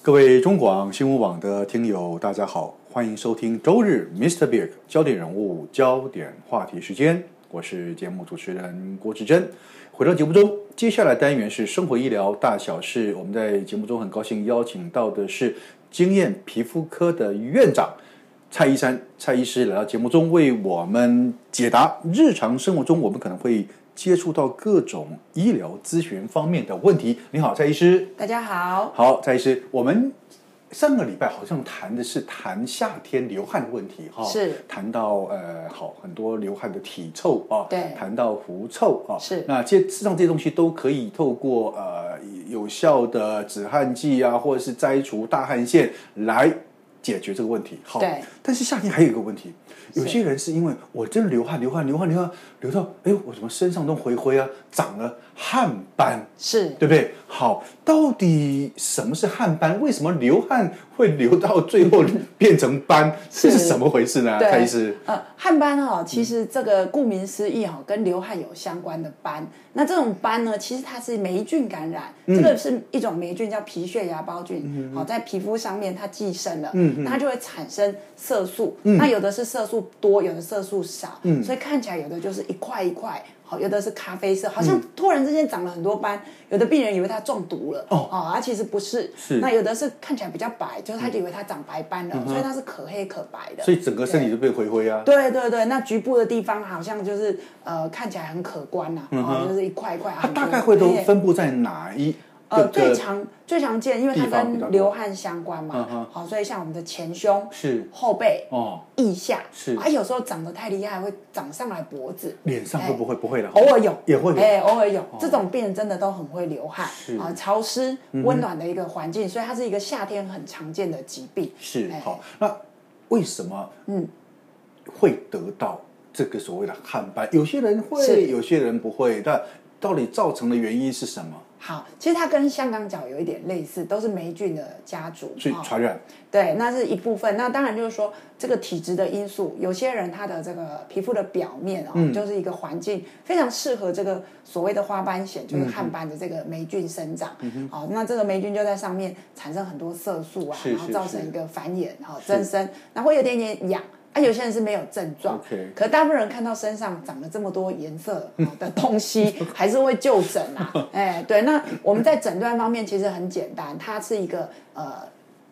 各位中广新闻网的听友，大家好，欢迎收听周日 Mr. Big 焦点人物、焦点话题时间，我是节目主持人郭志珍。回到节目中，接下来单元是生活医疗大小事。我们在节目中很高兴邀请到的是经验皮肤科的院长蔡医生，蔡医师来到节目中为我们解答日常生活中我们可能会接触到各种医疗咨询方面的问题。你好，蔡医师。大家好，好，蔡医师，我们上个礼拜好像谈的是谈夏天流汗的问题哈，是谈到呃好很多流汗的体臭啊，对谈到狐臭啊，是那这事实上这些东西都可以透过呃有效的止汗剂啊，或者是摘除大汗腺来。解决这个问题，好对。但是夏天还有一个问题，有是些人是因为我真的流汗，流汗，流汗，流汗，流到哎呦，我怎么身上都回灰啊，长了汗斑，是对不对？好，到底什么是汗斑？为什么流汗会流到最后变成 斑？这是是怎么回事呢？对蔡医师，呃，汗斑哦，其实这个顾名思义哦，跟流汗有相关的斑。那这种斑呢，其实它是霉菌感染，这嗯个是一种霉菌叫皮屑芽孢菌，好、在皮肤上面它寄生了，嗯那它就会产生色素。那有的是色素多，有的色素少，嗯所以看起来有的就是一块一块。好，有的是咖啡嗯色，好像突然之间长了很多斑，有的病人以为他中毒了，哦啊，它其实不是，是嗯那有的是看起来比较白，就是他以为他长白斑了，所以它是可黑可白的，所以整个身体都被灰灰啊。对对对，那局部的地方好像就是呃看起来很可观呐、哦，就是一块一块。嗯它很多啊大概会都对分布在哪一呃个最个？常最常见，因为它地方比较多跟流汗相关嘛嗯，好、所以像我们的前胸、是后背、哦，腋下，是啊，有时候长得太厉害会长上来脖子。脸上会不会不会了？偶尔有，也会有哦哎、偶尔有、这种病人真的都很会流汗是嗯啊，潮湿温暖的一个环境，所以它是一个夏天很常见的疾病。是哎好。那为什么嗯会得到这个所谓的汗斑？有些人是会，有些人不会。那到底造成的原因是什么？好，其实它跟香港脚有一点类似，都是霉菌的家族，去哦传染？对，那是一部分。那当然就是说，这个体质的因素，有些人他的这个皮肤的表面哦，嗯就是一个环境非常适合这个所谓的花斑癣，就是汗斑的这个霉菌生长。嗯好、那这个霉菌就在上面产生很多色素啊，是然后是造是成一个繁衍，好、增生，那会有点点痒。啊，有些人是没有症状 OK 可大部分人看到身上长了这么多颜色哦的 东西，还是会就诊啊。哎，对，那我们在诊断方面其实很简单，它是一个呃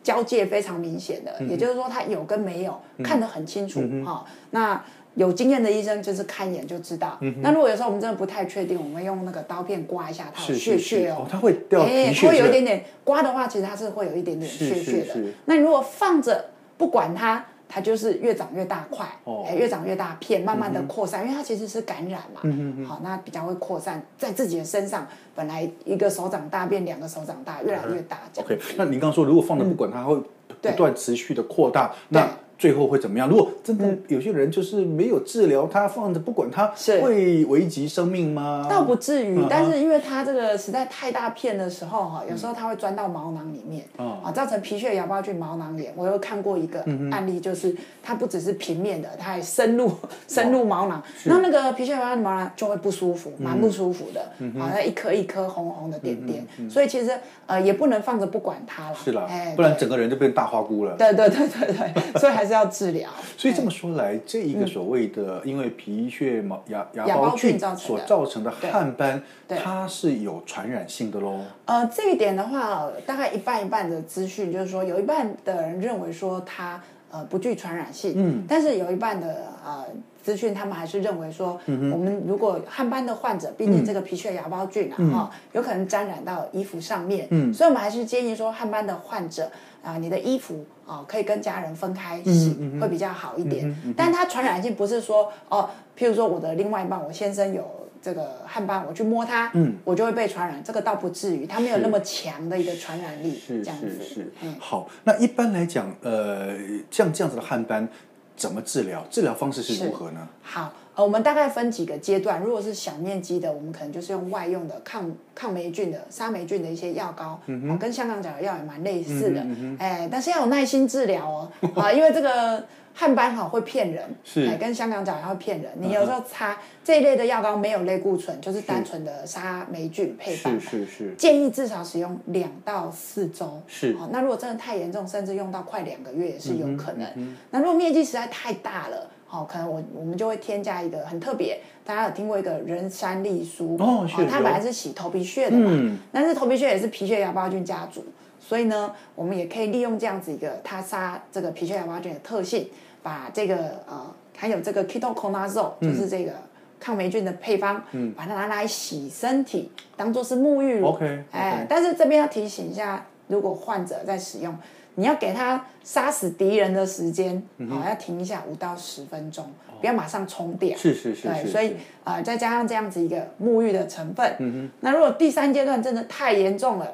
交界非常明显的，嗯也就是说它有跟没有、看得很清楚哈、那有经验的医生就是看一眼就知嗯道。那如果有时候我们真的不太确定，我们用那个刀片刮一下它是有是血是血哦哦，，它会掉哎皮屑，会是不有一是点点刮的话，其实它是会有一点点是血血是的。是那你如果放着不管它，它就是越长越大块，哦嗯哎越长越大片，慢慢的扩散，因为它其实是感染嘛。好，那比较会扩散在自己的身上，本来一个手掌大变两个手掌大，越来嗯越大。这样 OK，那您刚刚说如果放着不管，它会不嗯对断持续的扩大，那最后会怎么样？如果真的有些人就是没有治疗，它放着不管，它嗯是会危及生命吗？倒不至于，嗯但是因为它这个实在太大片的时候哈，有时候它会钻到毛囊里面，哦嗯啊，造成皮屑芽孢菌毛囊炎。我又看过一个案例，就是它不只是平面的，它还深哦入深入毛囊，那那个皮屑芽孢菌毛囊就会不舒嗯服，蛮不舒服的，好像一颗一颗红红的点点。所以其实呃也不能放着不管它了，嗯是啦哎，，不然整个人就变大花菇了。对对对对对，所以还是要治疗。所以这么说来，这一个所谓的因为皮屑毛芽芽芽孢嗯孢菌菌造成的所造成的汗斑，对它是有传染性的喽。呃，这一点的话，呃大概一半一半的资讯，就是说有一半的人认为说它呃不具传染性，嗯，但是有一半的呃资讯，他们还是认为说，我们如果汗斑的患者，毕竟这个皮屑芽孢菌啊，哈、有可能沾染到衣服上面，嗯，所以我们还是建议说，汗斑的患者啊、你的衣服啊、可以跟家人分开洗，会比较好一点。但它传染性不是说哦，譬如说我的另外一半，我先生有。这个汗斑，我去摸它，嗯，我就会被传染，这个倒不至于，它没有那么强的一个传染力，是这样是子。是嗯，好。那一般来讲，呃，像这样子的汗斑怎么治疗？治疗方式是如何呢？好，呃，我们大概分几个阶段。如果是小面积的，我们可能就是用外用的抗抗霉菌的、杀霉菌的一些药膏，嗯啊，跟香港脚的药也蛮类似的。哎，但是要有耐心治 疗哦，啊，因为这个汗斑哈会骗人，是嗯哎，跟香港脚也会骗人。你有时候擦这一类的药膏没有类固醇，就是单纯的杀霉菌配方是。是是，建议至少使用两到四周，是嗯好、那如果真的太严重，甚至用到快两个月也是有可能。那如果面积实在太大了，好、可能我我们就会添加一个很特别，大家有听过一个人参丽酥哦是它有本来是洗头皮屑的嘛，嗯但是头皮屑也是皮屑芽孢菌家族，所以呢，我们也可以利用这样子一个它杀这个皮屑芽孢菌的特性，把这个呃还有这个 ketoconazole 嗯就是这个。抗霉菌的配方，把它拿来洗身体，当做是沐浴乳。 OK，OK 哎，但是这边要提醒一下，如果患者在使用，你要给他杀死敌人的时间，好、嗯要停一下五到十分钟，不要马上冲掉。是是是对，是，所以是嗯呃，再加上这样子一个沐浴的成分，那如果第三阶段真的太严重了，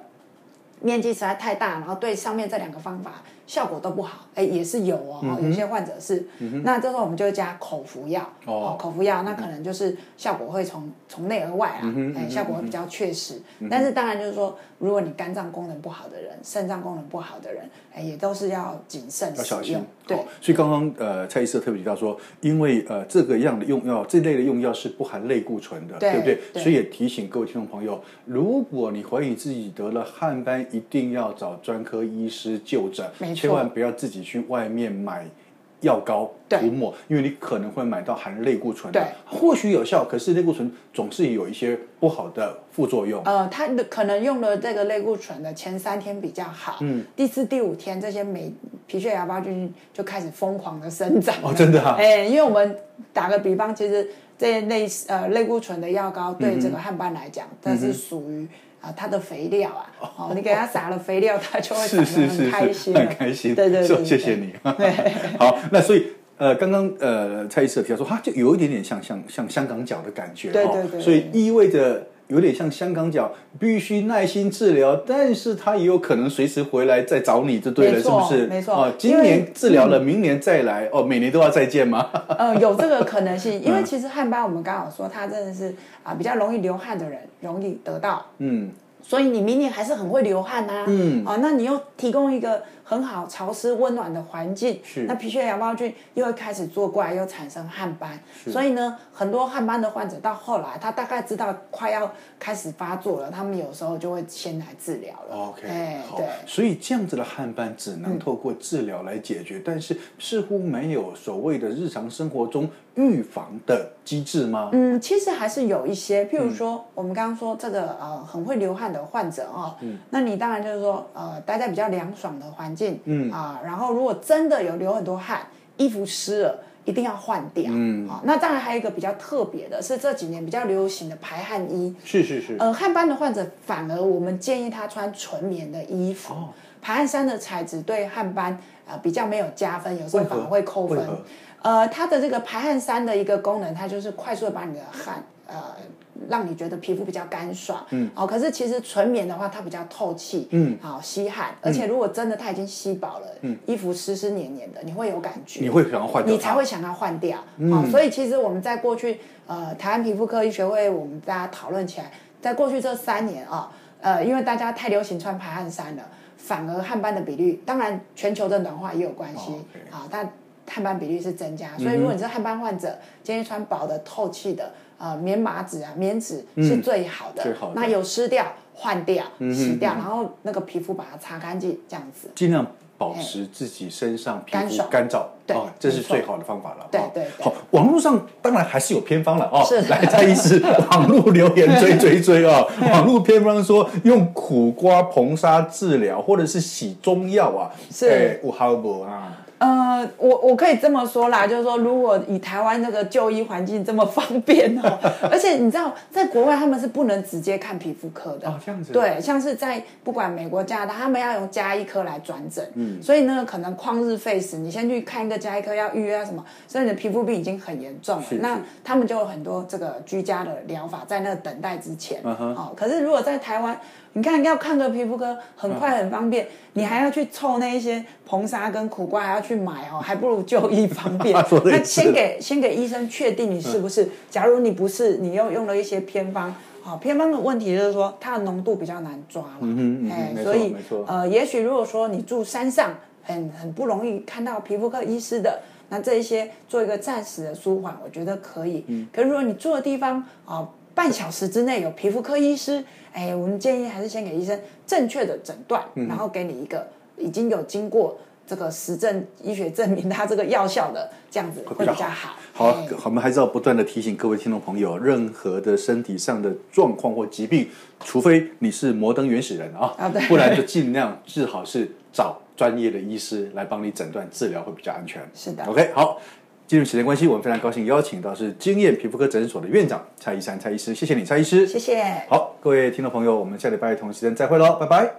面积实在太大，然后对上面这两个方法效果都不好，哎，也是有嗯哦，哦有些患者是，那这时候我们就会加口服药，哦口服药那可能就是效果会从从内而外啊，嗯哎，效果会比较确实，但是当然就是说，如果你肝脏功能不好的人，肾脏功能不好的人，哎，也都是要谨慎要使小心哦用，。嗯对好，所以刚刚呃蔡医师特别提到说，因为呃这个样的用药，这类的用药是不含类固醇的，对不对？对所以也提醒各位听众朋友，如果你怀疑自己得了汗斑，一定要找专科医师就诊没，错千万不要自己去外面买。药膏对涂抹，因为你可能会买到含类固醇的对，或许有效，可是类固醇总是有一些不好的副作用。呃，它的可能用了这个类固醇的前三天比较好，嗯，第四、第五天这些霉皮屑芽孢菌就开始疯狂的生长了哦，真的啊，哎、因为我们打个比方，其实这类呃类固醇的药膏对这个汗斑来嗯讲，它是属于啊、它的肥料啊，哦，你给它撒了肥料，它就会长是是得很是开是，心，啊很开心，对对是对，谢谢对。你。 好，那所以。呃，刚刚呃，蔡医师有提到说，它就有一点点像像像香港脚的感觉对哦对对所以意味着有点像香港脚，必须耐心治疗，但是它也有可能随时回来再找你，就对了，没是不错是？没错哦，因今为嗯年治疗了，明年再来，哦，每年都要再见吗？呃，有这个可能性，因嗯为其实汗斑我们刚好说，它真的是啊、比较容易流汗的人，容易得到嗯，所以你明年还是很会流汗呐、啊，嗯，啊，那你又提供一个很好潮湿温暖的环境，是那皮屑芽孢菌又会开始作怪，又产生汗斑，所以呢，很多汗斑的患者到后来，他大概知道快要开始发作了，他们有时候就会先来治疗了 OK，哎，好对，，嗯所以这样子的汗斑只能透过治疗来解决，但是似乎没有所谓的日常生活中预防的机制吗？嗯，其实还是有一些，譬如说、我们刚刚说这个呃很会流汗的患者哦，那你当然就是说呃待在比较凉爽的环境，嗯啊、然后如果真的有流很多汗，衣服湿了。一定要换掉，嗯，好、那当然还有一个比较特别的是这几年比较流行的排汗衣，是是是，呃，汗斑的患者反而我们建议他穿纯棉的衣服，哦排汗衫的材质对汗斑啊、呃比较没有加分，有时候为何反而会扣分为何。呃，它的这个排汗衫的一个功能，它就是快速的把你的汗呃。让你觉得皮肤比较干爽，嗯，哦，可是其实纯棉的话，它比较透气，嗯，好、吸汗，而且如果真的它已经吸饱了，嗯，衣服湿湿黏黏的，你会有感觉，你会想要换掉它嗯你才会想要换掉。哦，所以其实我们在过去，呃，台湾皮肤科医学会，我们大家讨论起来，在过去这三年啊、呃，因为大家太流行穿排汗衫了，反而汗斑的比率，当然全球的暖化也有关系哦，OK 嗯啊、但汗斑比率是增加。所以如果你是汗斑患者，建议穿薄的、透气的，呃，棉麻纸啊、棉纸是最好的。嗯最好的嗯那有湿掉。换掉、洗掉，然后那个皮肤把它擦干净，这样子。尽量保持自己身上皮哎干肤爽干燥，对哦，这是没错最好的方法了。对哦对对好，网络上当然还是有偏方了哦是。来，蔡医 师，网络留言追追追哦，网络偏方说用苦瓜硼砂治疗，或者是洗中药啊，是哎有效不啊？呃，我我可以这么说啦，就是说，如果以台湾这个就医 环境这么方便哦，而且你知道，在国外他们是不能直接看皮肤科的，哦这这样子，对，像是在不管美国、加拿大，他们要用加医科来转诊，嗯，所以呢，可能旷日费时，你先去看一个加医科要预约啊什么，所以你的皮肤病已经很严重了是，那是他们就有很多这个居家的疗法，在那个等待之前，嗯哼哦，可是如果在台湾，你看要看个皮肤科，很嗯快很方便，你还要去凑那一些硼砂跟苦瓜，还要去买哦，还不如就医 方便啊说得也是。嗯那先给先给医生确定你是不是，假如你不是，你又用了一些偏方。好，偏方的问题就是说，它的浓度比较难抓了，嗯哼嗯哼没哎，错所以没错呃，也许如果说你住山上，很很不容易看到皮肤科医师的，那这一些做一个暂时的舒缓，我觉得可以。嗯可是如果你住的地方啊、半小时之内有皮肤科医师，哎，我们建议还是先给医生正确的诊断，然后给你一个已经有经过这个实证医学证明它这个药效的，这样子会比较好。好哎，我们还是要不断的提醒各位听众朋友，任何的身体上的状况或疾病，除非你是摩登原始人啊，啊对不然就尽量至好是找专业的医师来帮你诊断治疗会比较安全。是的 OK，好，进入时间关系，我们非常高兴邀请到是经验皮肤科诊所的院长蔡医生，蔡医师，谢谢你，蔡医师。谢谢。好，各位听众朋友，我们下礼拜同时间再会喽，拜拜。